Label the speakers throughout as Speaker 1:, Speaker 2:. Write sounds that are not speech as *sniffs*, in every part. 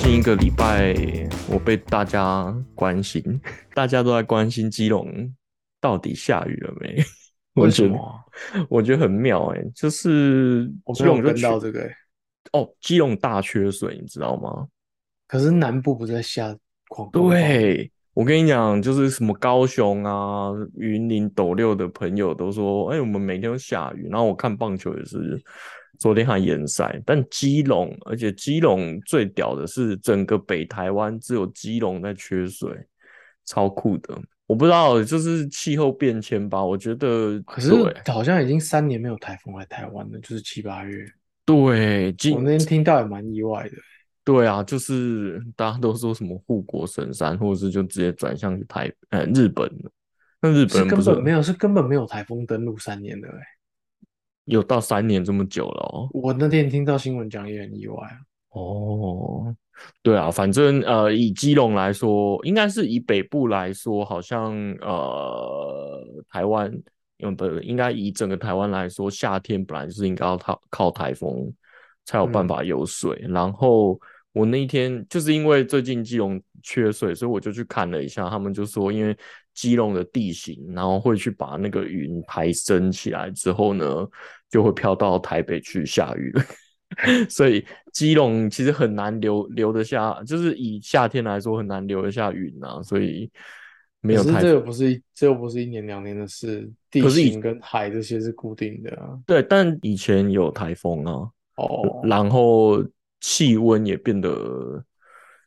Speaker 1: 近一个礼拜，我被大家关心， *laughs* 大家都在关心基隆到底下雨了没？ *laughs* 我
Speaker 2: 为什
Speaker 1: 觉得
Speaker 2: 么？
Speaker 1: 我觉得很妙哎、就是
Speaker 2: 我
Speaker 1: 基
Speaker 2: 没有
Speaker 1: 隆就
Speaker 2: 跟
Speaker 1: 缺
Speaker 2: 到这个欸、
Speaker 1: 哦，基隆大缺水，你知道吗？
Speaker 2: 可是南部不是在下狂风暴雨
Speaker 1: 对，我跟你讲，就是什么高雄啊、云林、斗六的朋友都说，哎、我们每天都下雨。然后我看棒球也是，昨天还延赛，但基隆，而且基隆最屌的是，整个北台湾只有基隆在缺水，超酷的。我不知道，就是气候变迁吧，我觉得
Speaker 2: 可是
Speaker 1: 对
Speaker 2: 好像已经三年没有台风来台湾了，就是七八月。
Speaker 1: 对，今
Speaker 2: 我那天听到也蛮意外的。
Speaker 1: 对啊，就是大家都说什么护国神山，或者是就直接转向去台呃日本了。那日本
Speaker 2: 是
Speaker 1: 人不
Speaker 2: 根
Speaker 1: 是
Speaker 2: 本没有，是根本没有台风登陆三年的、欸。
Speaker 1: 有到三年这么久了哦。
Speaker 2: 我那天听到新闻讲也很意外啊。
Speaker 1: 哦，对啊，反正呃，以基隆来说，应该是以北部来说，好像呃，台湾嗯不，应该以整个台湾来说，夏天本来就是应该要靠靠台风才有办
Speaker 2: 嗯
Speaker 1: 法有水。然后我那一天就是因为最近基隆缺水，所以我就去看了一下，他们就说因为基隆的地形，然后会去把那个云抬升起来之后呢，就会飘到台北去下雨了。 *laughs* 所以基隆其实很难留留得下，就是以夏天来说很难留得下云啊，所以没有
Speaker 2: 可是
Speaker 1: 太
Speaker 2: 这又不是一，这又不是一年两年的事，地
Speaker 1: 可是以
Speaker 2: 形跟海这些是固定的啊。
Speaker 1: 对。但以前有台风啊，
Speaker 2: 哦，
Speaker 1: 然后气温也变得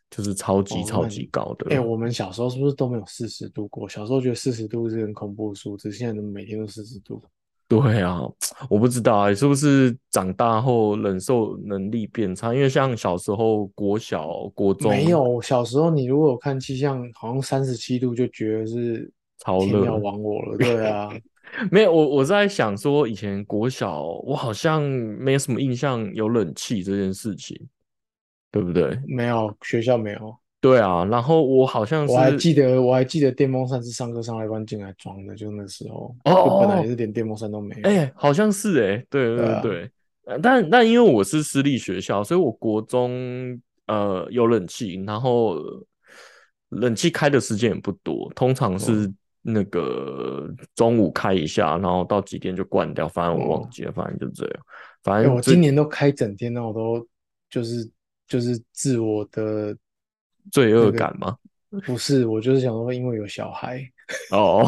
Speaker 1: 就是超级
Speaker 2: 哦
Speaker 1: 超
Speaker 2: 那
Speaker 1: 级
Speaker 2: 你
Speaker 1: 高
Speaker 2: 哎、
Speaker 1: 的。
Speaker 2: 我们小时候是不是都没有四十度过？小时候觉得四十度是很恐怖的数字，现在怎么每天都四十度？
Speaker 1: 对啊，我不知道啊，是不是长大后忍受能力变差？因为像小时候国小、国中
Speaker 2: 没有，小时候你如果有看气象，好像三十七度就觉得是
Speaker 1: 超
Speaker 2: 天
Speaker 1: 热
Speaker 2: 要亡我
Speaker 1: *laughs*
Speaker 2: 了。对啊，
Speaker 1: 没有，我我在想说，以前国小我好像没什么印象有冷气这件事情，对不对？
Speaker 2: 没有学校没有，
Speaker 1: 对啊，然后我好像
Speaker 2: 我还
Speaker 1: 是
Speaker 2: 记得我还记得电风扇是上课上来班进来装的，就那时候，
Speaker 1: 哦
Speaker 2: 就本来
Speaker 1: 哦
Speaker 2: 也是连电风扇都没有。
Speaker 1: 哎、好像是哎、对
Speaker 2: 对
Speaker 1: 对
Speaker 2: 啊
Speaker 1: 对，呃但但因为我是私立学校，所以我国中呃有冷气，然后冷气开的时间也不多，通
Speaker 2: 哦
Speaker 1: 常是那个中午开一下，然后到几点就关掉，反正我忘
Speaker 2: 哦
Speaker 1: 记了，反正就这样，反
Speaker 2: 哎、
Speaker 1: 正
Speaker 2: 我
Speaker 1: 最
Speaker 2: 今年都开整天，那我都就是就是自我的
Speaker 1: 罪
Speaker 2: 那
Speaker 1: 恶
Speaker 2: 个
Speaker 1: 感嘛。
Speaker 2: 不是，我就是想说，因为有小孩，
Speaker 1: 哦，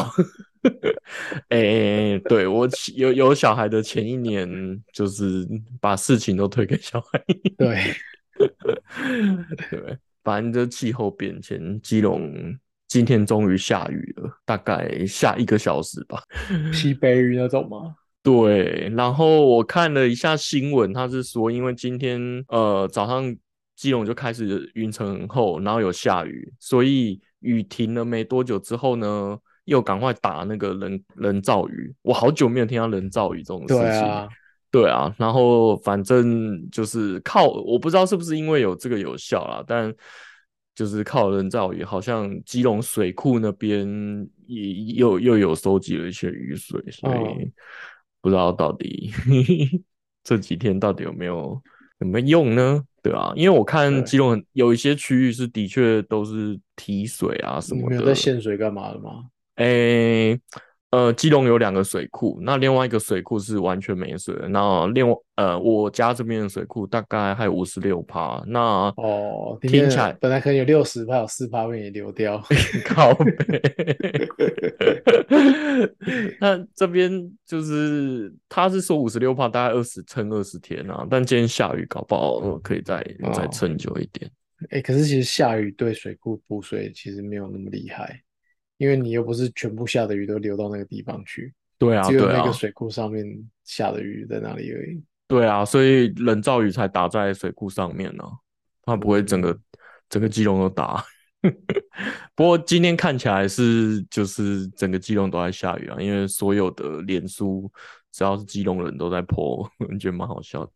Speaker 1: *laughs* 哎、对，我起有有小孩的前一年，就是把事情都推给小孩，
Speaker 2: 对，
Speaker 1: *laughs* 对，反正这气候变迁，基隆今天终于下雨了，大概下一个小时吧。
Speaker 2: 西北雨那种嘛。
Speaker 1: 对，然后我看了一下新闻，他是说，因为今天呃早上基隆就开始云层很厚，然后有下雨，所以雨停了没多久之后呢，又赶快打那个人人造雨。我好久没有听到人造雨这种事
Speaker 2: 对
Speaker 1: 情。
Speaker 2: 啊，
Speaker 1: 对啊，然后反正就是靠，我不知道是不是因为有这个有效啦，但就是靠人造雨，好像基隆水库那边也又又有收集了一些雨水，所以
Speaker 2: 嗯
Speaker 1: 不知道到底 *laughs* 这几天到底有没有有没有用呢？对啊，因为我看
Speaker 2: 对，
Speaker 1: 基隆很有一些区域是的确都是提水啊什
Speaker 2: 你
Speaker 1: 么
Speaker 2: 没有在
Speaker 1: 的，
Speaker 2: 限水干嘛的吗？
Speaker 1: 诶，呃，基隆有两个水库，那另外一个水库是完全没水的。那另外，呃，我家这边的水库大概还有五十六趴，那
Speaker 2: 哦，里
Speaker 1: 听
Speaker 2: 面
Speaker 1: 起来
Speaker 2: 本来可能有六十趴，有四趴被你流掉。 *laughs*
Speaker 1: 靠北。那这边就是他是说五十六趴，大概二十撑二十天啊，但今天下雨，搞不好呃可以再再
Speaker 2: 哦，
Speaker 1: 撑久一点。
Speaker 2: 哎、可是其实下雨对水库补水其实没有那么厉害，因为你又不是全部下的雨都流到那个地方去，
Speaker 1: 对啊，
Speaker 2: 只有
Speaker 1: 对
Speaker 2: 那个
Speaker 1: 啊。
Speaker 2: 水库上面下的雨在那里而已。
Speaker 1: 对啊，所以人造雨才打在水库上面呢、它不会整个
Speaker 2: 嗯，
Speaker 1: 整个基隆都打。 *laughs* 不过今天看起来是就是整个基隆都在下雨啊，因为所有的脸书只要是基隆人都在 po，我觉得蛮好笑的。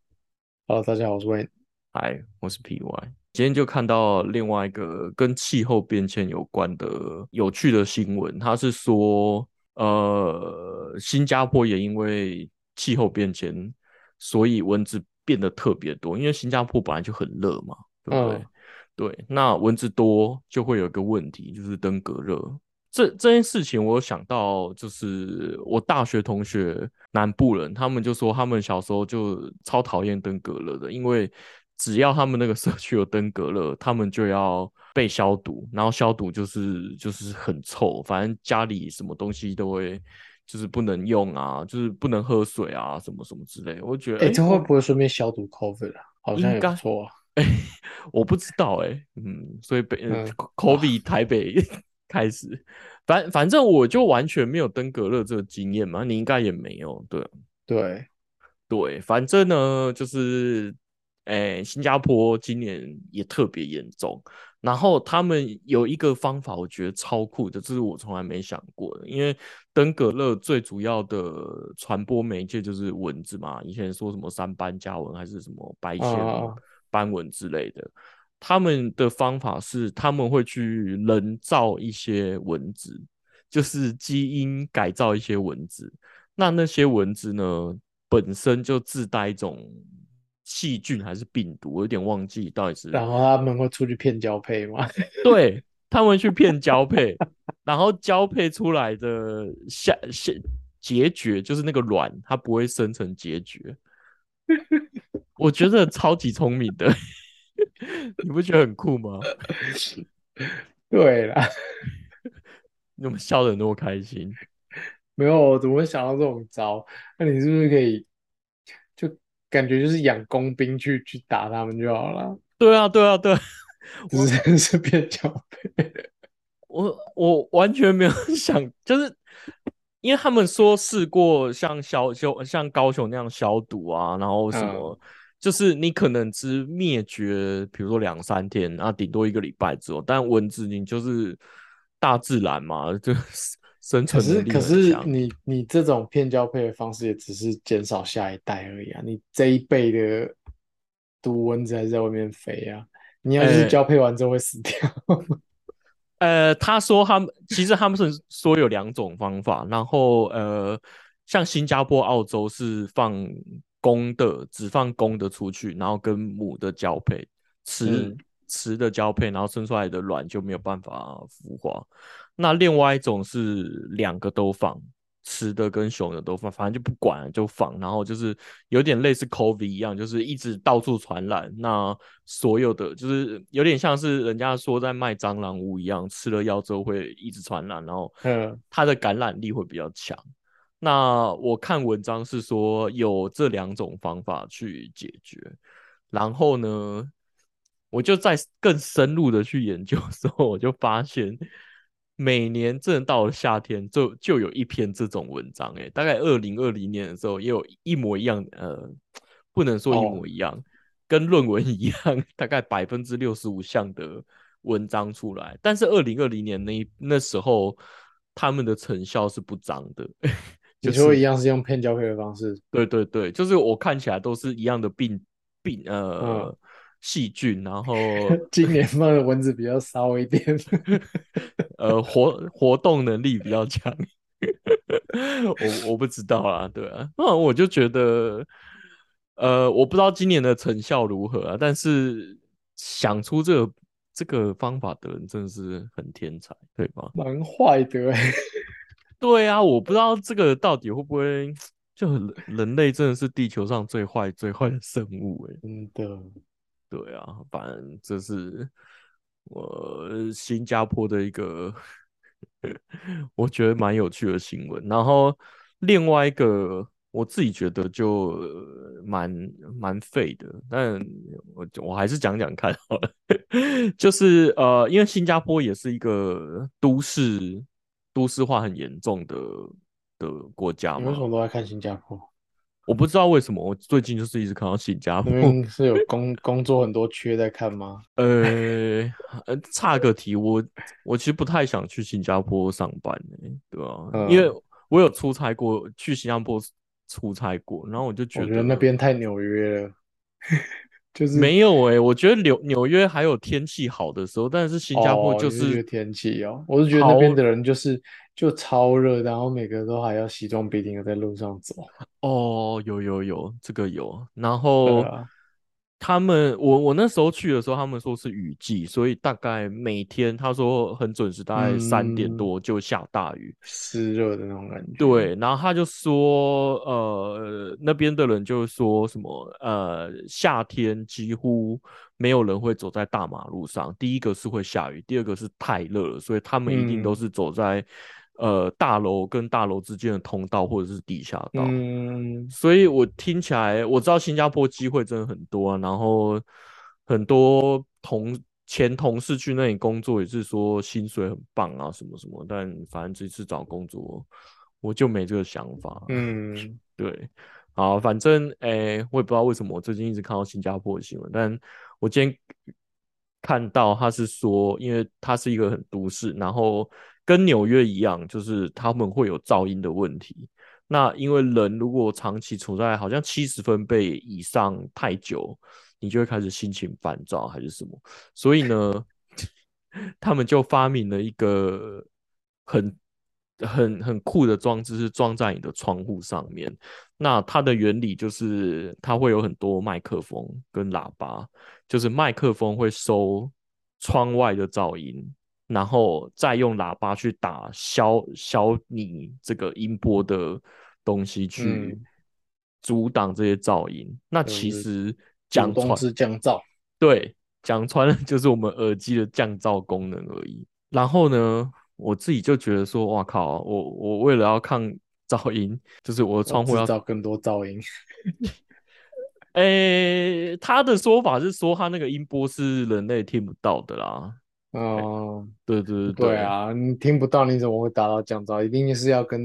Speaker 2: Hello，大家好，我是 Wayne。
Speaker 1: 嗨，我是 PY，今天就看到另外一个跟气候变迁有关的有趣的新闻，它是说，呃，新加坡也因为气候变迁，所以蚊子变得特别多，因为新加坡本来就很热嘛，对不
Speaker 2: 嗯，
Speaker 1: 对？对，那蚊子多就会有一个问题，就是登革热。这这件事情，我有想到，就是我大学同学南部人，他们就说他们小时候就超讨厌登革热的，因为只要他们那个社区有登革热，他们就要被消毒，然后消毒就是就是很臭，反正家里什么东西都会就是不能用啊，就是不能喝水啊，什么什么之类的。我觉得，
Speaker 2: 哎、
Speaker 1: 诶
Speaker 2: 这会不会顺便消毒 COVID 啊？好像也
Speaker 1: 应
Speaker 2: 不
Speaker 1: 该
Speaker 2: 错啊。
Speaker 1: 我不知道哎、嗯，所以北、呃
Speaker 2: 嗯
Speaker 1: COVID 台北 *laughs* 开始，反反正我就完全没有登革热这个经验嘛，你应该也没有，对啊
Speaker 2: 对，
Speaker 1: 对，反正呢就是，哎、新加坡今年也特别严重，然后他们有一个方法，我觉得超酷的，这是我从来没想过的，因为登革热最主要的传播媒介就是蚊子嘛，以前说什么三斑家蚊还是什么白线
Speaker 2: 啊
Speaker 1: 斑蚊之类的，他们的方法是他们会去人造一些蚊子，就是基因改造一些蚊子。那那些蚊子呢，本身就自带一种细菌还是病毒，我有点忘记到底是
Speaker 2: 然后他们会出去骗交配吗？ *laughs*
Speaker 1: 对，他们去骗交配，然后交配出来的下下结局就是那个卵，它不会生成结局。我觉得超级聪明的， *laughs* 你不觉得很酷吗？
Speaker 2: 对啦，
Speaker 1: 你们笑得那么开心，
Speaker 2: 没有，我怎么会想到这种招？那你是不是可以，就感觉就是养工兵去去打他们就好了，
Speaker 1: 对啊，对啊，对啊
Speaker 2: *laughs* 只是是骗交配。
Speaker 1: 我我完全没有 *laughs* 想，就是因为他们说试过像消消像高雄那样消毒啊，然后什么，
Speaker 2: 嗯
Speaker 1: 就是你可能只灭绝，比如说两三天，啊，顶多一个礼拜之后，但蚊子你就是大自然嘛， *laughs* 就是生
Speaker 2: 可
Speaker 1: 存
Speaker 2: 是
Speaker 1: 能力
Speaker 2: 可
Speaker 1: 很
Speaker 2: 是
Speaker 1: 强。
Speaker 2: 你你这种骗交配的方式，也只是减少下一代而已啊。你这一辈的毒蚊子还是在外面飞啊。你要是
Speaker 1: 哎
Speaker 2: 交配完之后会
Speaker 1: *laughs*
Speaker 2: 死掉，
Speaker 1: 呃，他说他们其实他们是说有两种方法，然后呃，像新加坡、澳洲是放公的，只放公的出去，然后跟母的交配，雌
Speaker 2: 嗯
Speaker 1: 雌的交配，然后生出来的卵就没有办法孵化。那另外一种是两个都放，雌的跟雄的都放，反正就不管了就放，然后就是有点类似 COVID 一样，就是一直到处传染。那所有的就是有点像是人家说在卖蟑螂屋一样，吃了药之后会一直传染，然后
Speaker 2: 嗯，
Speaker 1: 它的感染力会比较强。那我看文章是说有这两种方法去解决，然后呢，我就再更深入的去研究的时候，我就发现每年真的到了夏天就就有一篇这种文章、欸，大概二零二零年的时候也有一模一样，呃，不能说一
Speaker 2: 哦
Speaker 1: 模一样，跟论文一样，大概百分之六十五项的文章出来，但是二零二零年那一那时候他们的成效是不彰的。
Speaker 2: 你说一样是用骗交配的方式，
Speaker 1: 对对对，就是我看起来都是一样的病病呃细菌，然后
Speaker 2: 今年放的蚊子比较骚一点，
Speaker 1: 呃活活动能力比较强， *laughs* 我我不知道啦，对啊，那我就觉得呃我不知道今年的成效如何啊，但是想出这个这个方法的人真的是很天才，对吧？
Speaker 2: 蛮坏的欸。 *laughs*
Speaker 1: 对啊，我不知道这个到底会不会 *sniffs* 就人人类真的是地球上最坏最坏的生物欸诶、
Speaker 2: 真的，
Speaker 1: 对啊，反正这是我新加坡的一个 *laughs* 我觉得蛮有趣的新闻。然后另外一个我自己觉得就呃蛮蛮废的，但我我还是讲讲看好了。 *laughs* 就是呃，因为新加坡也是一个都市都市化很严重的的国家
Speaker 2: 你为
Speaker 1: 嘛
Speaker 2: 什，么都在看新
Speaker 1: *laughs*
Speaker 2: 加坡？
Speaker 1: 我不知道为什么我最近就是一直看到新加
Speaker 2: 那
Speaker 1: 坡。
Speaker 2: 边是有工工作很多缺在看吗？
Speaker 1: 呃，呃，岔个题，我我其实不太想去新加坡上班、欸，对啊，因为
Speaker 2: 嗯
Speaker 1: 我有出差过，去新加坡出差过，然后 *laughs* 我就觉
Speaker 2: 我
Speaker 1: 得
Speaker 2: 觉得那边太纽约了，就是
Speaker 1: 没有诶、我觉得纽纽约还有天气好的时候，但是新加坡
Speaker 2: 哦
Speaker 1: 就
Speaker 2: 你是觉得
Speaker 1: 是
Speaker 2: 天气哦，我是觉得那边的人就是就超热，然后每个都还要西装笔挺的在路上走。
Speaker 1: 哦哦，有有有，这个有，然
Speaker 2: 对
Speaker 1: 后
Speaker 2: 啊，
Speaker 1: 他们，我我那时候去的时候，他们说是雨季，所以大概每天他说很准时，大概三点
Speaker 2: 嗯
Speaker 1: 多就下大雨。
Speaker 2: 湿热的那种感觉。，
Speaker 1: 对，然后他就说，呃，那边的人就说什么，呃，夏天几乎没有人会走在大马路上。第一个是会下雨，第二个是太热了，所以他们一定都
Speaker 2: 嗯
Speaker 1: 是走在、呃大楼跟大楼之间的通道或者是地下道。
Speaker 2: 嗯，
Speaker 1: 所以我听起来，我知道新加坡机会真的很多啊，然后很多同前同事去那里工作也是说薪水很棒啊，什么什么，但反正这次找工作我就没这个想法。啊
Speaker 2: 嗯，
Speaker 1: 对，好，反正诶、我也不知道为什么我最近一直看到新加坡的新闻，但我今天看到他是说，因为它是一个很都市，然后跟纽约一样，就是他们会有噪音的问题。那因为人如果长期处在好像七十分贝以上太久，你就会开始心情烦躁还是什么，所以呢， *laughs* 他们就发明了一个很很很酷的装置，是装在你的窗户上面。那它的原理就是它会有很多麦克风跟喇叭，就是麦克风会收窗外的噪音，然后再用喇叭去打消消你这个音波的东西去
Speaker 2: 嗯
Speaker 1: 阻挡这些噪音。那
Speaker 2: 对
Speaker 1: 其
Speaker 2: 就是
Speaker 1: 实
Speaker 2: 讲
Speaker 1: 讲
Speaker 2: 公
Speaker 1: 穿
Speaker 2: 是降噪，
Speaker 1: 对，讲穿了就是我们耳机的降噪功能而已。然后呢，我自己就觉得说，哇靠，我我为了要抗噪音，就是我的窗户
Speaker 2: 制
Speaker 1: 要，
Speaker 2: 造更多
Speaker 1: *laughs*
Speaker 2: 噪音。
Speaker 1: 诶，他的说法是说他那个音波是人类听不到的啦。
Speaker 2: 哦，
Speaker 1: 对对对
Speaker 2: 对，啊，你听不到，你怎么会达到降噪？一定是要跟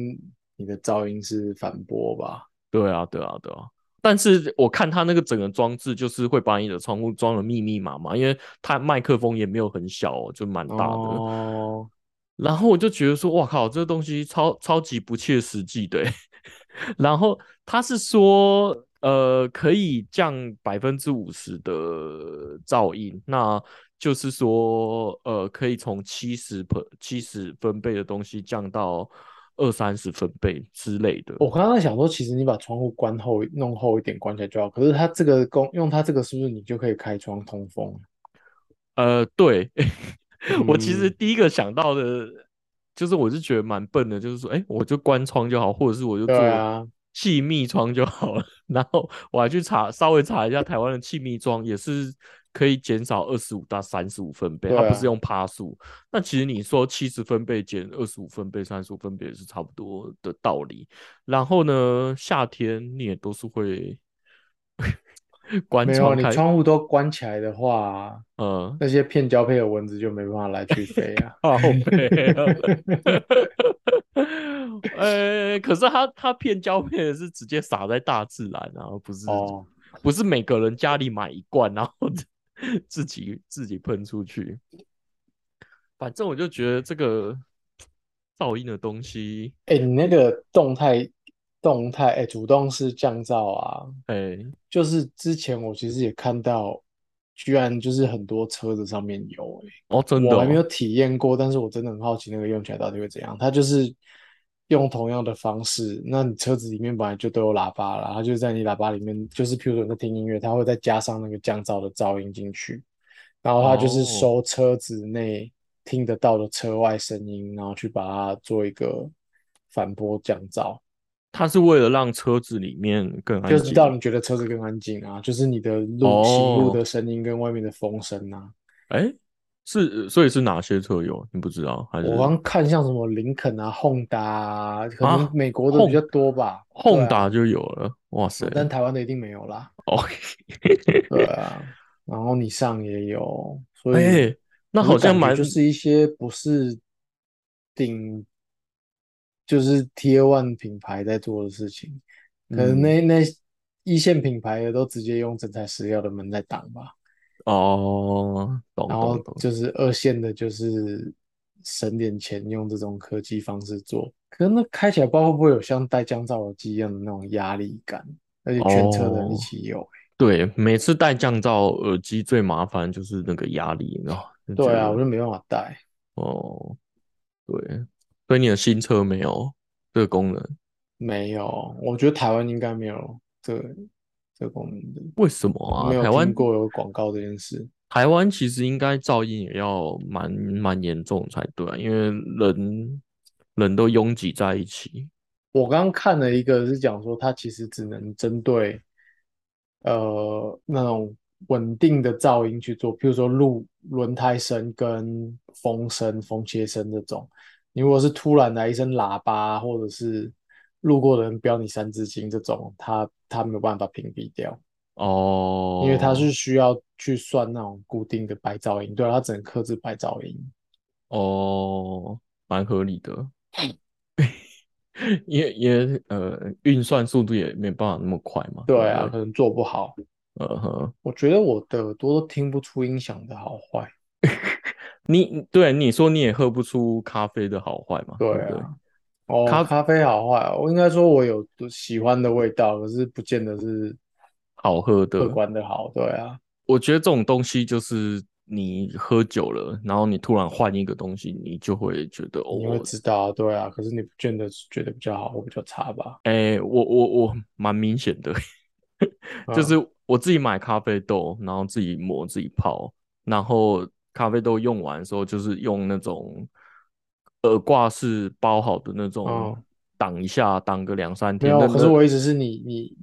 Speaker 2: 你的噪音是反驳吧？
Speaker 1: 对啊，对啊，对啊。但是我看他那个整个装置，就是会把你的窗户装的密密麻麻，因为它麦克风也没有很小哦，就蛮大的。
Speaker 2: 哦，
Speaker 1: 然后我就觉得说，哇靠，这东西超超级不切实际的欸。 *laughs* 然后他是说，呃，可以降百分之五十的噪音，那就是说，呃，可以从七十分七十分贝的东西降到二三十分贝之类的。
Speaker 2: 我刚刚想说，其实你把窗户关厚，弄厚一点，关起来就好。可是它这个功用它这个，是不是你就可以开窗通风？
Speaker 1: 呃，对， *laughs* 我其实
Speaker 2: 嗯
Speaker 1: 第一个想到的，就是我是觉得蛮笨的，就是说，哎，我就关窗就好，或者是我就
Speaker 2: 对
Speaker 1: 做
Speaker 2: 啊，
Speaker 1: 气密窗就好了。 *laughs* 然后我还去查，稍微查一下台湾的气密窗也是可以减少二十五到三十五分贝，
Speaker 2: 对
Speaker 1: 它不
Speaker 2: 啊
Speaker 1: 是用趴数。那其实你说七十分贝减二十五分贝、三十五分贝也是差不多的道理。然后呢，夏天你也都是会 *laughs* 关
Speaker 2: 没有，啊
Speaker 1: 窗
Speaker 2: 你
Speaker 1: 开，
Speaker 2: 窗户哦都关起来的话， *laughs*
Speaker 1: 呃。
Speaker 2: 那些片胶配的蚊子就没办法来去飞啊。
Speaker 1: 靠背
Speaker 2: *laughs*
Speaker 1: 啊！ *laughs* 呃，可是他他骗胶片的是直接撒在大自然啊，不 *laughs* 是、
Speaker 2: 哦，
Speaker 1: 不是每个人家里买一罐，然后自己自己喷出去。反正我就觉得这个噪音的东西，
Speaker 2: 哎，你那个动态动态，哎，主动式降噪啊，
Speaker 1: 哎、
Speaker 2: 就是之前我其实也看到，居然就是很多车子上面有、欸，
Speaker 1: 哦，真的
Speaker 2: 我还没有
Speaker 1: 哦，
Speaker 2: 体验过，但是我真的很好奇那个用起来到底会怎样。它就是用同样的方式，那你车子里面本来就都有喇叭啦，它就在你喇叭里面，就是譬如说你在听音乐，它会再加上那个降噪的噪音进去，然后它就是
Speaker 1: 哦，
Speaker 2: 收车子内听得到的车外声音，然后去把它做一个反波降噪。
Speaker 1: 它是为了让车子里面更
Speaker 2: 就
Speaker 1: 安
Speaker 2: 知道
Speaker 1: 静。
Speaker 2: 你觉得车子更安静啊，就是你的路行
Speaker 1: 哦，
Speaker 2: 路的声音跟外面的风声啊。
Speaker 1: 哎、是，所以是哪些车友？你不知道还
Speaker 2: 我
Speaker 1: 是
Speaker 2: 刚刚看像什么林肯啊、Honda 啊，可能
Speaker 1: 啊？
Speaker 2: 美国的比较
Speaker 1: 轰
Speaker 2: 多吧。对
Speaker 1: 轰
Speaker 2: 啊，
Speaker 1: 打就有了，哇塞！
Speaker 2: 嗯但台湾的一定没有啦。
Speaker 1: 哦，
Speaker 2: *laughs* 对
Speaker 1: *laughs*
Speaker 2: 啊，然后你上也有，所以
Speaker 1: 哎，那
Speaker 2: 我就
Speaker 1: 好像
Speaker 2: 感觉
Speaker 1: 蛮
Speaker 2: 就是一些不是顶，就是 Tier One 品牌在做的事情，可能
Speaker 1: 嗯
Speaker 2: 那那一线品牌的都直接用真材实料的门在挡吧。
Speaker 1: 哦，懂
Speaker 2: 然
Speaker 1: 懂
Speaker 2: 后
Speaker 1: 懂，
Speaker 2: 就是二线的，就是省点钱，用这种科技方式做。可是那开起来，不知道会不会有像带降噪耳机一样的那种压力感？而且全车的人一
Speaker 1: 哦，
Speaker 2: 起有欸。
Speaker 1: 对，每次戴降噪耳机最麻烦就是那个压力，哦然后就觉
Speaker 2: 对啊，我
Speaker 1: 得
Speaker 2: 就没办法带。
Speaker 1: 哦，对，所以你的新车没有这个功能
Speaker 2: 没有，我觉得台湾应该没有这个这个功能的，
Speaker 1: 为什么啊？
Speaker 2: 没有
Speaker 1: 台
Speaker 2: 听
Speaker 1: 湾
Speaker 2: 过有广告这件事。
Speaker 1: 台湾其实应该噪音也要蛮蛮严重才对啊，因为人人都拥挤在一起。
Speaker 2: 我刚刚看了一个是讲说，它其实只能针对呃那种稳定的噪音去做，譬如说路轮胎声跟风声、风切声这种。你如果是突然来一声喇叭，或者是路过的人飙你三字经这种，它它没有办法屏蔽掉，
Speaker 1: 哦，
Speaker 2: 因为它是需要去算那种固定的白噪音，对啊，它只能克制白噪音。
Speaker 1: 哦，蛮合理的， *laughs* 因为因为呃运算速度也没办法那么快嘛。
Speaker 2: 对
Speaker 1: 不
Speaker 2: 啊，可能做不好。
Speaker 1: 对，呃呵，
Speaker 2: 我觉得我的耳朵都听不出音响的好坏。
Speaker 1: 你对啊你说你也喝不出咖啡的好坏嘛？
Speaker 2: 对
Speaker 1: 不对？
Speaker 2: 啊，哦，
Speaker 1: 咖
Speaker 2: 咖啡好坏啊，我应该说我有喜欢的味道，可是不见得是
Speaker 1: 好喝的
Speaker 2: 客，观的好。对啊，
Speaker 1: 我觉得这种东西就是你喝酒了，然后你突然换一个东西，你就会觉得哦，
Speaker 2: 你会知道啊，对啊，可是你不见得觉得比较好或比较差吧？
Speaker 1: 哎，我我我蛮明显的， *laughs* 就
Speaker 2: 嗯
Speaker 1: 是我自己买咖啡豆，然后自己磨自己泡，然后咖啡豆用完的时候，就是用那种耳挂式包好的那种
Speaker 2: 嗯，
Speaker 1: 挡一下，挡个两三
Speaker 2: 没
Speaker 1: 天。
Speaker 2: 有，
Speaker 1: 那
Speaker 2: 可是
Speaker 1: 那
Speaker 2: 我一直是你你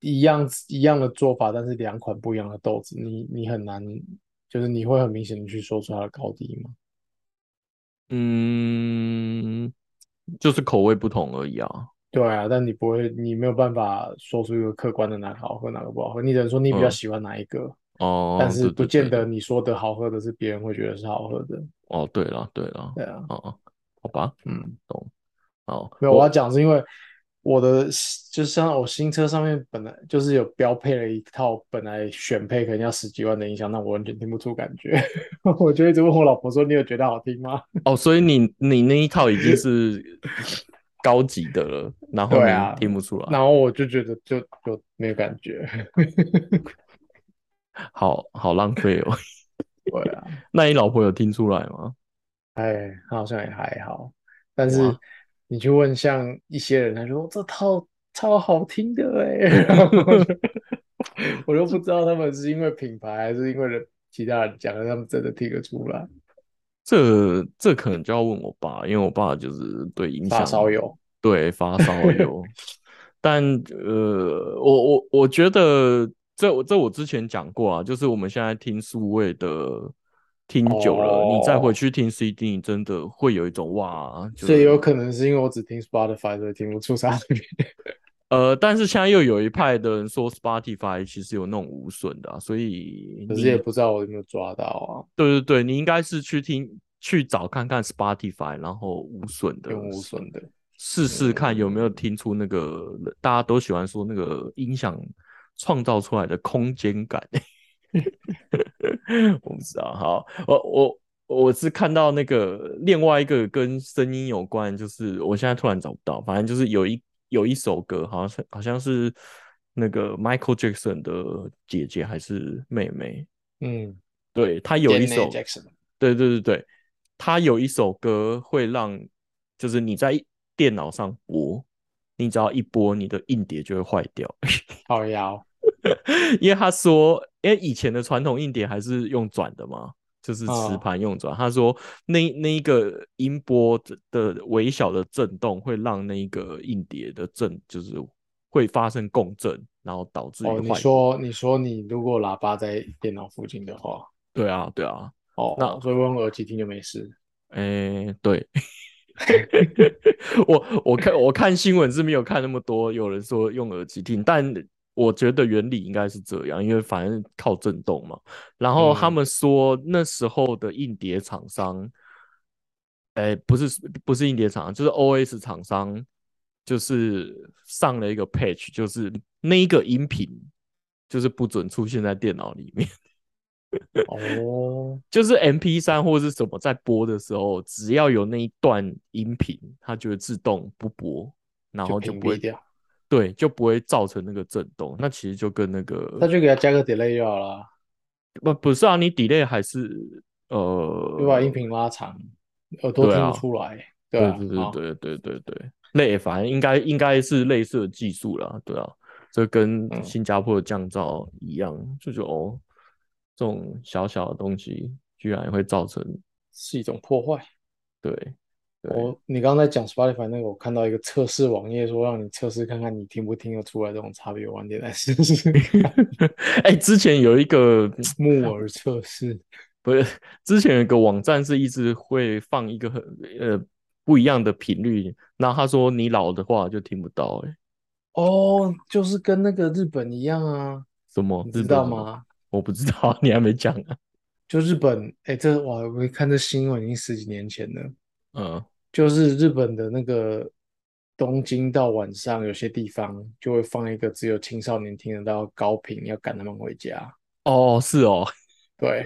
Speaker 2: 一样一样的做法，但是两款不一样的豆子，你你很难，就是你会很明显的去说出它的高低嘛。
Speaker 1: 嗯，就是口味不同而已啊。
Speaker 2: 对啊，但你不会，你没有办法说出一个客观的哪个好喝，哪个不好喝，你只能说你比较
Speaker 1: 嗯
Speaker 2: 喜欢哪一个，但
Speaker 1: 哦，
Speaker 2: 是
Speaker 1: 对
Speaker 2: 不
Speaker 1: 对
Speaker 2: 见
Speaker 1: 对，
Speaker 2: 得你说的好喝的是别人会觉得是好喝的。
Speaker 1: 哦，对了对了，
Speaker 2: 对啊，
Speaker 1: 哦哦，好吧，
Speaker 2: 嗯，
Speaker 1: 懂。哦，
Speaker 2: 没有，我要
Speaker 1: 我
Speaker 2: 讲是因为我的就像我新车上面本来就是有标配了一套本来选配可能要十几万的音响，那我完全听不出感觉， *laughs* 我就一直问我老婆说：“你有觉得好听吗
Speaker 1: 哦，所以你你那一套已经是高级的了，然？”后
Speaker 2: 对
Speaker 1: 你
Speaker 2: 啊，
Speaker 1: 听不出来。
Speaker 2: 然后我就觉得就就没有感觉，
Speaker 1: 好好浪费哦。 *laughs*
Speaker 2: 对啊。
Speaker 1: 那你老婆有听出来吗？
Speaker 2: *laughs* 哎，好像也还好，但是
Speaker 1: 哇，
Speaker 2: 你去问像一些人，他说这套超好听的哎， *laughs* 然后我就我就不知道他们是因为品牌还是因为人其他人讲的，他们真的听得出来。
Speaker 1: 这这可能就要问我爸，因为我爸就是对音
Speaker 2: 发
Speaker 1: 响，
Speaker 2: 烧友，
Speaker 1: 对发烧
Speaker 2: *laughs*
Speaker 1: 友。但呃，我我我觉得这我这我之前讲过啊，就是我们现在听数位的听久了，你再回
Speaker 2: 哦，
Speaker 1: 去听 CD，你真的会有一种哇，就
Speaker 2: 所以有
Speaker 1: 是
Speaker 2: 可能是因为我只听 Spotify，所以听不出啥区别。
Speaker 1: 呃，但是现在又有一派的人说 Spotify 其实有那种无损的啊所以
Speaker 2: 可是也
Speaker 1: 你
Speaker 2: 不知道我有没有抓到啊，
Speaker 1: 对对对，你应该是去听去找看看 Spotify，然后无损的
Speaker 2: 用无
Speaker 1: 试
Speaker 2: 损的，
Speaker 1: 试试看有没有
Speaker 2: 嗯，
Speaker 1: 听出那个大家都喜欢说那个音响创造出来的空间感。 *laughs* 我不知道，好，我我我是看到那个另外一个跟声音有关，就是我现在突然找不到，反正就是有一有一首歌，好像是好像是那个 Michael Jackson 的姐姐还是妹妹。
Speaker 2: 嗯
Speaker 1: 对，他有一
Speaker 2: ，Janet
Speaker 1: 首，
Speaker 2: Jackson，
Speaker 1: 对对对对，他有一首歌会让，就是你在电脑上播，你只要一播，你的硬碟就会坏掉， *laughs*
Speaker 2: 靠腰，
Speaker 1: 因为他说，因为以前的传统硬碟还是用转的嘛，就是磁
Speaker 2: 哦，
Speaker 1: 盘用转。他说那那一个音波的的微小的震动会让那一个硬碟的震，就是会发生共振，然后导致于
Speaker 2: 哦，你
Speaker 1: 坏。
Speaker 2: 说你说你如果喇叭在电脑附近的话。
Speaker 1: 对啊，对啊，那。
Speaker 2: 哦，所以我用耳机听就没事。
Speaker 1: 诶，对， *laughs* 我我看我看新闻是没有看那么多，有人说用耳机听，但我觉得原理应该是这样，因为反正靠震动嘛。然后他
Speaker 2: 嗯，
Speaker 1: 们说那时候的硬碟厂商，诶，不是不是硬碟厂商，就是 OS 厂商，就是上了一个 patch，就是那一个音频就是不准出现在电脑里面。
Speaker 2: 哦，
Speaker 1: 就是 MP3 或是什么在播的时候，只要有那一段音频，它就会自动不播， *laughs* 然
Speaker 2: 就
Speaker 1: 后就
Speaker 2: 屏
Speaker 1: 不
Speaker 2: 蔽
Speaker 1: 会，
Speaker 2: 掉，
Speaker 1: 对，就不会造成那个震动。那其实就跟那个
Speaker 2: 那就给它加个 delay 就好了，
Speaker 1: 不不是啊，你 delay 还是
Speaker 2: 就把音
Speaker 1: 呃，
Speaker 2: 频拉长，耳朵
Speaker 1: 对
Speaker 2: 听不
Speaker 1: 啊，
Speaker 2: 出来。对
Speaker 1: 对
Speaker 2: 啊，
Speaker 1: 对对
Speaker 2: 好，
Speaker 1: 对对对对，类反正应该应该是类似的技术啦，对啊。这跟
Speaker 2: 嗯
Speaker 1: 新加坡的降噪一样，就觉得哦，这种小小的东西居然会造成
Speaker 2: 是一种破坏。
Speaker 1: 对 *laughs* 对
Speaker 2: 我你刚才讲 Spotify 那个，我看到一个测试网页说让你测试看看你听不听得出来这种差别，我晚点来试试看。
Speaker 1: 哎、之前有一个
Speaker 2: 木耳测试，
Speaker 1: 不是，之前有一个网站是一直会放一个很呃不一样的频率，然后他说你老的话就听不到、欸，哎，
Speaker 2: 哦，就是跟那个日本一样啊，
Speaker 1: 什么？
Speaker 2: 你
Speaker 1: 日
Speaker 2: 知
Speaker 1: 本
Speaker 2: 道
Speaker 1: 什么？
Speaker 2: 吗？
Speaker 1: *laughs* 我不知道，你还没讲啊。
Speaker 2: 就日本，哎，这哇，我一看这新闻已经十几年前了，
Speaker 1: 嗯，
Speaker 2: 就是日本的那个东京到晚上有些地方就会放一个只有青少年听得到的高频，要赶他们回家。
Speaker 1: 哦，是哦， *laughs*
Speaker 2: 对，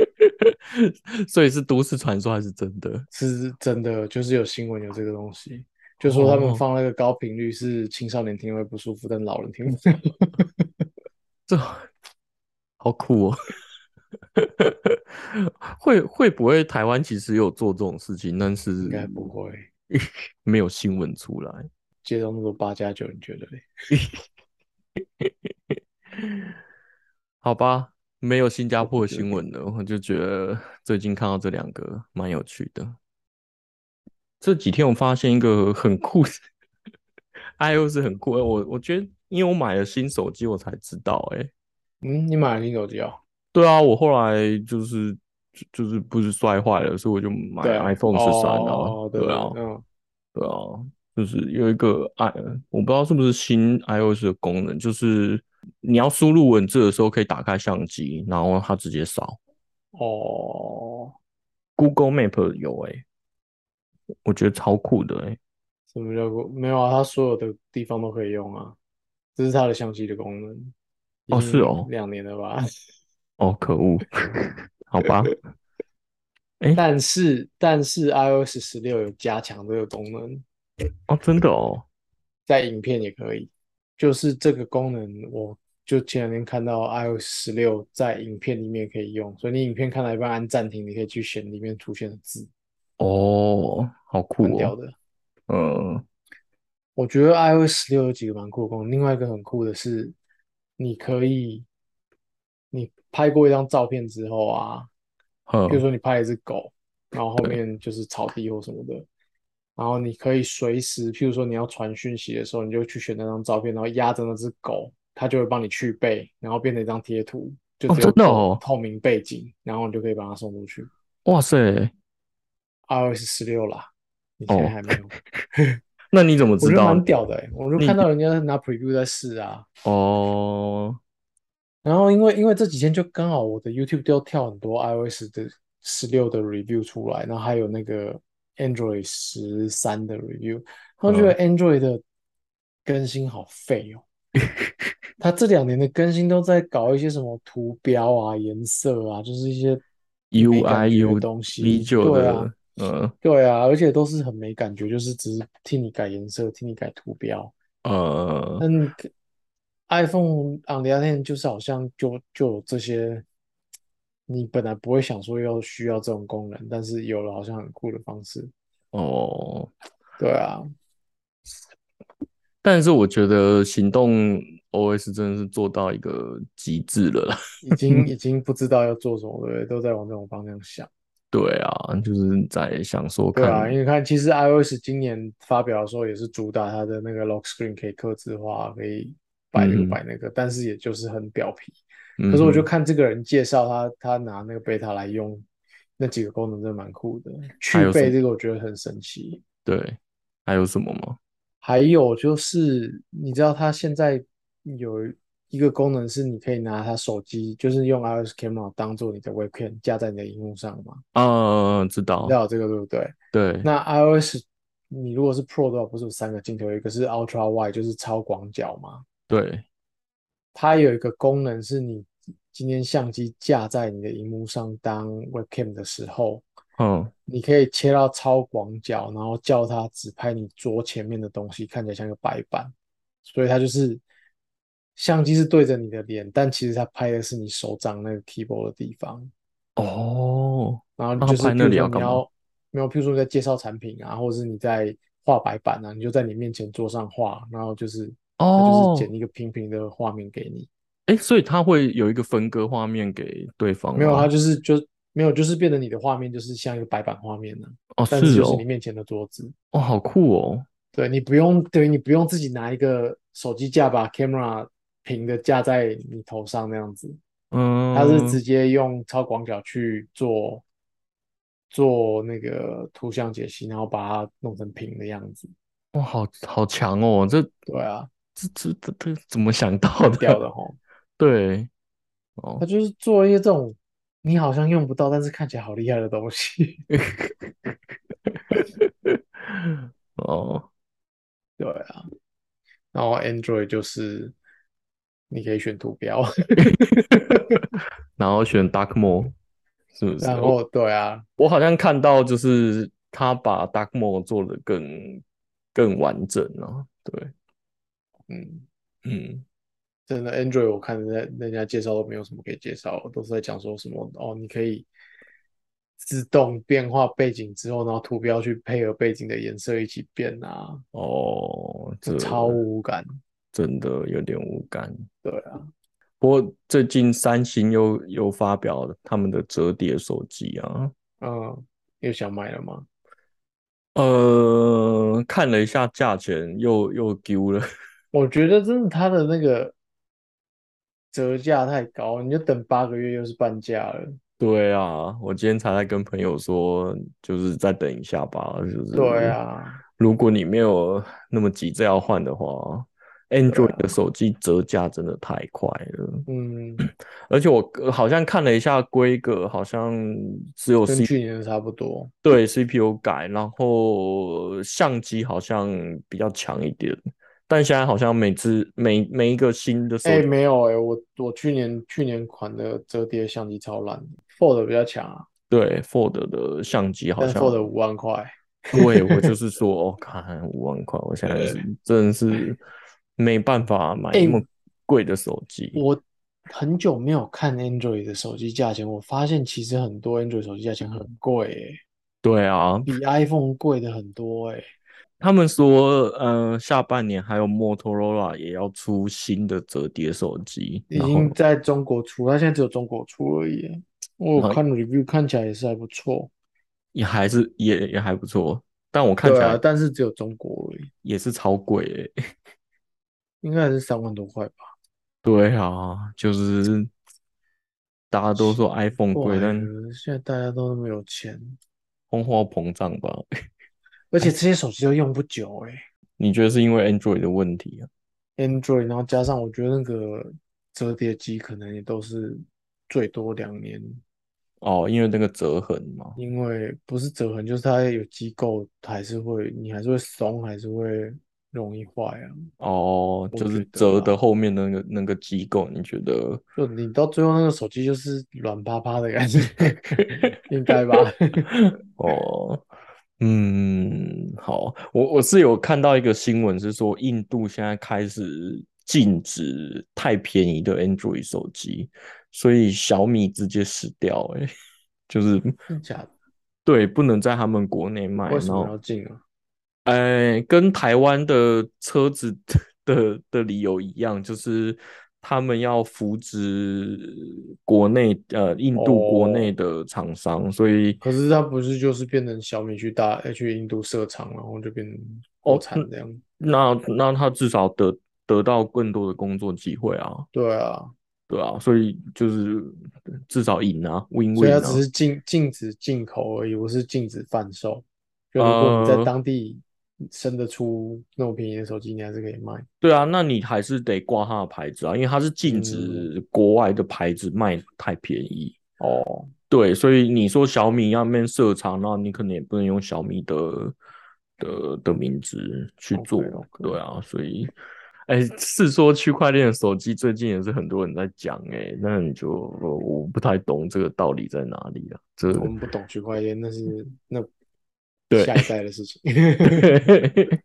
Speaker 1: 所以是都市传说还是真的？
Speaker 2: 是真的，就是有新闻有这个东西，就说他
Speaker 1: 哦
Speaker 2: 们放那个高频率是青少年听会不舒服，但老人听不到。
Speaker 1: 这好酷哦！ *laughs* 会会不会台湾其实有做这种事情，但是
Speaker 2: *laughs* 应该不会。
Speaker 1: 没有新闻出来？
Speaker 2: 接到那么多八加九，你觉得嘞？
Speaker 1: 好吧，没有新加坡的
Speaker 2: 觉得
Speaker 1: 新闻了，我就觉得最近看到这两个蛮有趣的。这几天我发现一个很酷的 iOS 很酷，哎我我觉得因为我买了新手机，我才知道、欸，哎，
Speaker 2: 嗯，你买了新手机哦？
Speaker 1: 对啊，我后来就是就就是不是摔坏了，所以我就买
Speaker 2: 对啊
Speaker 1: iPhone 十三啊
Speaker 2: 哦，，对
Speaker 1: 啊，
Speaker 2: 嗯，
Speaker 1: 对啊，就是有一个 i，我不知道是不是新 iOS 的功能，就是你要输入文字的时候可以打开相机，然后它直接扫。
Speaker 2: 哦，
Speaker 1: Google Map 有哎、我觉得超酷的哎、
Speaker 2: 什么叫做没有啊？它所有的地方都可以用啊，这是它的相机的功能。
Speaker 1: 哦
Speaker 2: 已经
Speaker 1: 是哦
Speaker 2: 两年了吧？ *laughs*
Speaker 1: 哦，可恶，好吧，
Speaker 2: 但是但是 iOS 十六有加强这个功能，
Speaker 1: 哦，真的哦，
Speaker 2: 在影片也可以，就是这个功能，我就前两天看到 iOS 十六在影片里面可以用，所以你影片看到一半按暂停，你可以去选里面出现的字，
Speaker 1: 哦，好酷
Speaker 2: 蛮屌
Speaker 1: 哦，
Speaker 2: 的。
Speaker 1: 嗯，
Speaker 2: 我觉得 iOS 十六有几个蛮酷的功能，另外一个很酷的是，你可以，你拍过一张照片之后啊，比如
Speaker 1: 呵，
Speaker 2: 说你拍了一只狗，然后后面就是草地或什么的，然后你可以随时，譬如说你要传讯息的时候，你就去选那张照片，然后压着那只狗，它就会帮你去背，然后变成一张贴图，就
Speaker 1: 哦
Speaker 2: 只有
Speaker 1: 真的
Speaker 2: 狗
Speaker 1: 哦
Speaker 2: 透明背景，然后你就可以把它送出去。
Speaker 1: 哇塞，
Speaker 2: iOS 十六啦，你现在
Speaker 1: 哦 *laughs*
Speaker 2: 还没有，
Speaker 1: 那你怎么
Speaker 2: 我
Speaker 1: 知
Speaker 2: 觉得
Speaker 1: 道
Speaker 2: 蛮？屌的、欸，我就看到人家拿 preview 在试啊。
Speaker 1: 哦，
Speaker 2: 然后因为因为这几天就刚好我的 YouTube 都跳很多 iOS 的十六的 review 出来，然后还有那个 Android 十三的 review，我觉得
Speaker 1: 嗯
Speaker 2: Android 的更新好废哦。它这两年的更新都在搞一些什么图标啊、颜色啊，就是一些没
Speaker 1: UI
Speaker 2: 感觉
Speaker 1: U
Speaker 2: 的东西。
Speaker 1: V 九
Speaker 2: 对
Speaker 1: 的
Speaker 2: 啊，，
Speaker 1: 嗯
Speaker 2: 对啊，而且都是很没感觉，就是只是替你改颜色、替你改图标。
Speaker 1: 呃，
Speaker 2: 嗯，iPhone on the other hand 就是好像就就有这些，你本来不会想说要需要这种功能，但是有了好像很酷的方式。
Speaker 1: 哦。
Speaker 2: 对啊，
Speaker 1: 但是我觉得行动 OS 真的是做到一个极致了啦。 *laughs*
Speaker 2: 已经已经不知道要做什么，对不对？都在往这种方向想。
Speaker 1: 对啊，就是在想说
Speaker 2: 对
Speaker 1: 看，
Speaker 2: 啊，因为看其实 iOS 今年发表的时候也是主打它的那个 lock screen 可以客制化，可以摆这个
Speaker 1: 嗯
Speaker 2: 摆那个，但是也就是很表皮。
Speaker 1: 嗯
Speaker 2: 可是我就
Speaker 1: 哼
Speaker 2: 看这个人介绍他，他拿那个贝塔来用，那几个功能真的蛮酷的。
Speaker 1: 还
Speaker 2: 去
Speaker 1: 有什
Speaker 2: 背
Speaker 1: 么
Speaker 2: 这个我觉得很神奇。
Speaker 1: 对，还有什么吗？
Speaker 2: 还有就是，你知道它现在有一个功能是你可以拿它手机，就是用 iOS camera 当做你的 webcam 架在你的荧幕上嘛？
Speaker 1: 啊，知
Speaker 2: 你
Speaker 1: 道
Speaker 2: 知，道有这个对不对？
Speaker 1: 对，
Speaker 2: 那 iOS 你如果是 Pro 的话，不是有三个镜头，有一个是 Ultra Wide，就是超广角嘛。
Speaker 1: 对，
Speaker 2: 它有一个功能是你今天相机架在你的荧幕上当 webcam 的时候，
Speaker 1: 嗯，
Speaker 2: 你可以切到超广角，然后叫它只拍你桌前面的东西，看起来像个白板。所以它就是相机是对着你的脸，但其实它拍的是你手掌那个 keyboard 的地方。
Speaker 1: 哦，
Speaker 2: 然后
Speaker 1: 那
Speaker 2: 就是
Speaker 1: 拍那
Speaker 2: 譬如
Speaker 1: 里
Speaker 2: 说
Speaker 1: 要
Speaker 2: 你
Speaker 1: 干嘛
Speaker 2: 要没有，譬如说你在介绍产品啊，或者是你在画白板啊，你就在你面前桌上画，然后就是它就是
Speaker 1: 哦，
Speaker 2: 剪一个平平的画面给你。
Speaker 1: 哎，所以它会有一个分割画面给对方
Speaker 2: 没有，它
Speaker 1: 吗？
Speaker 2: 就是就没有，就是变得你的画面就是像一个白板画面呢、啊
Speaker 1: 哦，
Speaker 2: 但是
Speaker 1: 是
Speaker 2: 就是
Speaker 1: 哦
Speaker 2: 你，面前的桌子。
Speaker 1: 哦，好酷哦，
Speaker 2: 对你不用，对你不用自己拿一个手机架把 camera 平的架在你头上那样子，它是
Speaker 1: 嗯，
Speaker 2: 直接用超广角去做做那个图像解析，然后把它弄成平的样子。
Speaker 1: 哇，好好强哦，这
Speaker 2: 对啊，
Speaker 1: 这这这这怎么想到
Speaker 2: 蛮屌
Speaker 1: 的？
Speaker 2: 的
Speaker 1: *laughs*
Speaker 2: 吼。
Speaker 1: 对，哦，
Speaker 2: 它就是做一些这种你好像用不到，但是看起来好厉害的东西。 *laughs*
Speaker 1: 哦，
Speaker 2: 对啊，然后 Android 就是你可以选图标， *laughs*
Speaker 1: 然后选 Dark Mode 是不是？
Speaker 2: 然
Speaker 1: 我
Speaker 2: 后对啊，
Speaker 1: 我好像看到就是他把 Dark Mode 做的更更完整啊，对，
Speaker 2: 嗯，
Speaker 1: 嗯，
Speaker 2: 真的 Android 我看人家人家介绍都没有什么可以介绍，都是在讲说什么哦，你可以自动变化背景之后，然后图标去配合背景的颜色一起变啊，
Speaker 1: 哦，
Speaker 2: 就
Speaker 1: 这
Speaker 2: 超无感。
Speaker 1: 真的有点无感。
Speaker 2: 对啊，
Speaker 1: 不过最近三星又又发表了他们的折叠手机啊，
Speaker 2: 嗯，又想买了吗？
Speaker 1: 呃，看了一下价钱，又又丢了。 *laughs*
Speaker 2: 我觉得真的它的那个折价太高，你就等八个月又是半价了。
Speaker 1: 对啊，我今天才在跟朋友说，就是再等一下吧，就
Speaker 2: 对
Speaker 1: 是
Speaker 2: 啊，
Speaker 1: 如果你没有那么急着要换的话
Speaker 2: 对
Speaker 1: ，Android
Speaker 2: 啊，
Speaker 1: 的手机折价真的太快了，
Speaker 2: 嗯，
Speaker 1: 而且我呃好像看了一下规格，好像只有
Speaker 2: 跟
Speaker 1: C。
Speaker 2: 去年的差不多。
Speaker 1: 对，CPU 改，然后相机好像比较强一点，但现在好像每次每每一个新的手
Speaker 2: 哎，
Speaker 1: 机，
Speaker 2: 没有哎，我我去年去年款的折叠相机超烂的，Fold 比较强啊，
Speaker 1: 对 Fold 的相机好
Speaker 2: 但
Speaker 1: 像，
Speaker 2: Fold 五万块，
Speaker 1: 对，我就是说，哦，看五万块，我现在是真的是没办法买那
Speaker 2: 哎，
Speaker 1: 么贵的手机，
Speaker 2: 我很久没有看 Android 的手机价钱，我发现其实很多 Android 手机价钱很贵哎，
Speaker 1: 对啊，
Speaker 2: 比 iPhone 贵的很多哎。
Speaker 1: 他们说，呃，下半年还有 Motorola 也要出新的折叠手机，
Speaker 2: 已
Speaker 1: 然后
Speaker 2: 经在中国出，它现在只有中国出而已耶。我有
Speaker 1: 然后
Speaker 2: 看 review，看起来也是还不错。
Speaker 1: 也还是也也还不错，但我看起
Speaker 2: 对啊，
Speaker 1: 来。
Speaker 2: 但是只有中国而已，
Speaker 1: 也是超贵欸。
Speaker 2: 应该还是三万多块吧。
Speaker 1: 对啊，就是大家都说 iPhone
Speaker 2: 过
Speaker 1: 贵，
Speaker 2: 来
Speaker 1: 但
Speaker 2: 人，现在大家都那么有钱，
Speaker 1: 通货膨胀吧？
Speaker 2: 而
Speaker 1: 哎
Speaker 2: 且这些手机都用不久哎。
Speaker 1: 你觉得是因为 Android 的问题啊？
Speaker 2: Android，然后加上我觉得那个折叠机可能也都是最多两年，
Speaker 1: 哦，因为那个折痕嘛。
Speaker 2: 因为不是折痕，就是它有机构还是会，你还是会松，还是会容易坏啊。
Speaker 1: 哦，
Speaker 2: 我
Speaker 1: 就是
Speaker 2: 觉得
Speaker 1: 折的
Speaker 2: 啦。
Speaker 1: 后面的那个那个机构，你觉得？
Speaker 2: 就你到最后那个手机就是软趴趴的感觉，应该吧？ *laughs*
Speaker 1: 哦，嗯，好，我我是有看到一个新闻，是说印度现在开始禁止太便宜的 Android 手机，所以小米直接死掉、欸， *laughs* 就是
Speaker 2: 真假的？
Speaker 1: 对，不能在他们国内卖，
Speaker 2: 为
Speaker 1: 然
Speaker 2: 什么
Speaker 1: 后
Speaker 2: 要禁啊？
Speaker 1: 哎，跟台湾的车子 *laughs* 的的理由一样，就是他们要扶植国内呃印度国内
Speaker 2: 哦，
Speaker 1: 的厂商，所以
Speaker 2: 可是它不是就是变成小米去大去印度设厂，然后就变成国
Speaker 1: 哦，
Speaker 2: 产
Speaker 1: 嗯
Speaker 2: 这样？
Speaker 1: 那那他至少得得到更多的工作机会啊，
Speaker 2: 对啊，
Speaker 1: 对啊，所以就是至少赢啊，win
Speaker 2: 所以它
Speaker 1: win
Speaker 2: 只
Speaker 1: 啊，
Speaker 2: 是禁禁止进口而已，不是禁止贩售。就如果你在
Speaker 1: 呃，
Speaker 2: 当地生得出那么便宜的手机，你还是可以卖。
Speaker 1: 对啊，那你还是得挂他的牌子啊，因为他是禁
Speaker 2: 嗯，
Speaker 1: 止国外的牌子卖太便宜。
Speaker 2: 哦，
Speaker 1: 对，所以你说小米要面设厂，那你可能也不能用小米的的的名字去
Speaker 2: o k
Speaker 1: 做，
Speaker 2: o k
Speaker 1: 对啊，所以，哎，是说区块链的手机最近也是很多人在讲，哎，那你就我我不太懂这个道理在哪里啊？这
Speaker 2: 我们不懂区块链，那是那
Speaker 1: 对
Speaker 2: 下一代的事情。 *laughs*
Speaker 1: 对，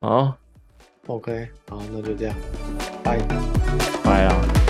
Speaker 1: 好， *laughs*
Speaker 2: OK，好，那就这样，拜。
Speaker 1: 拜啦。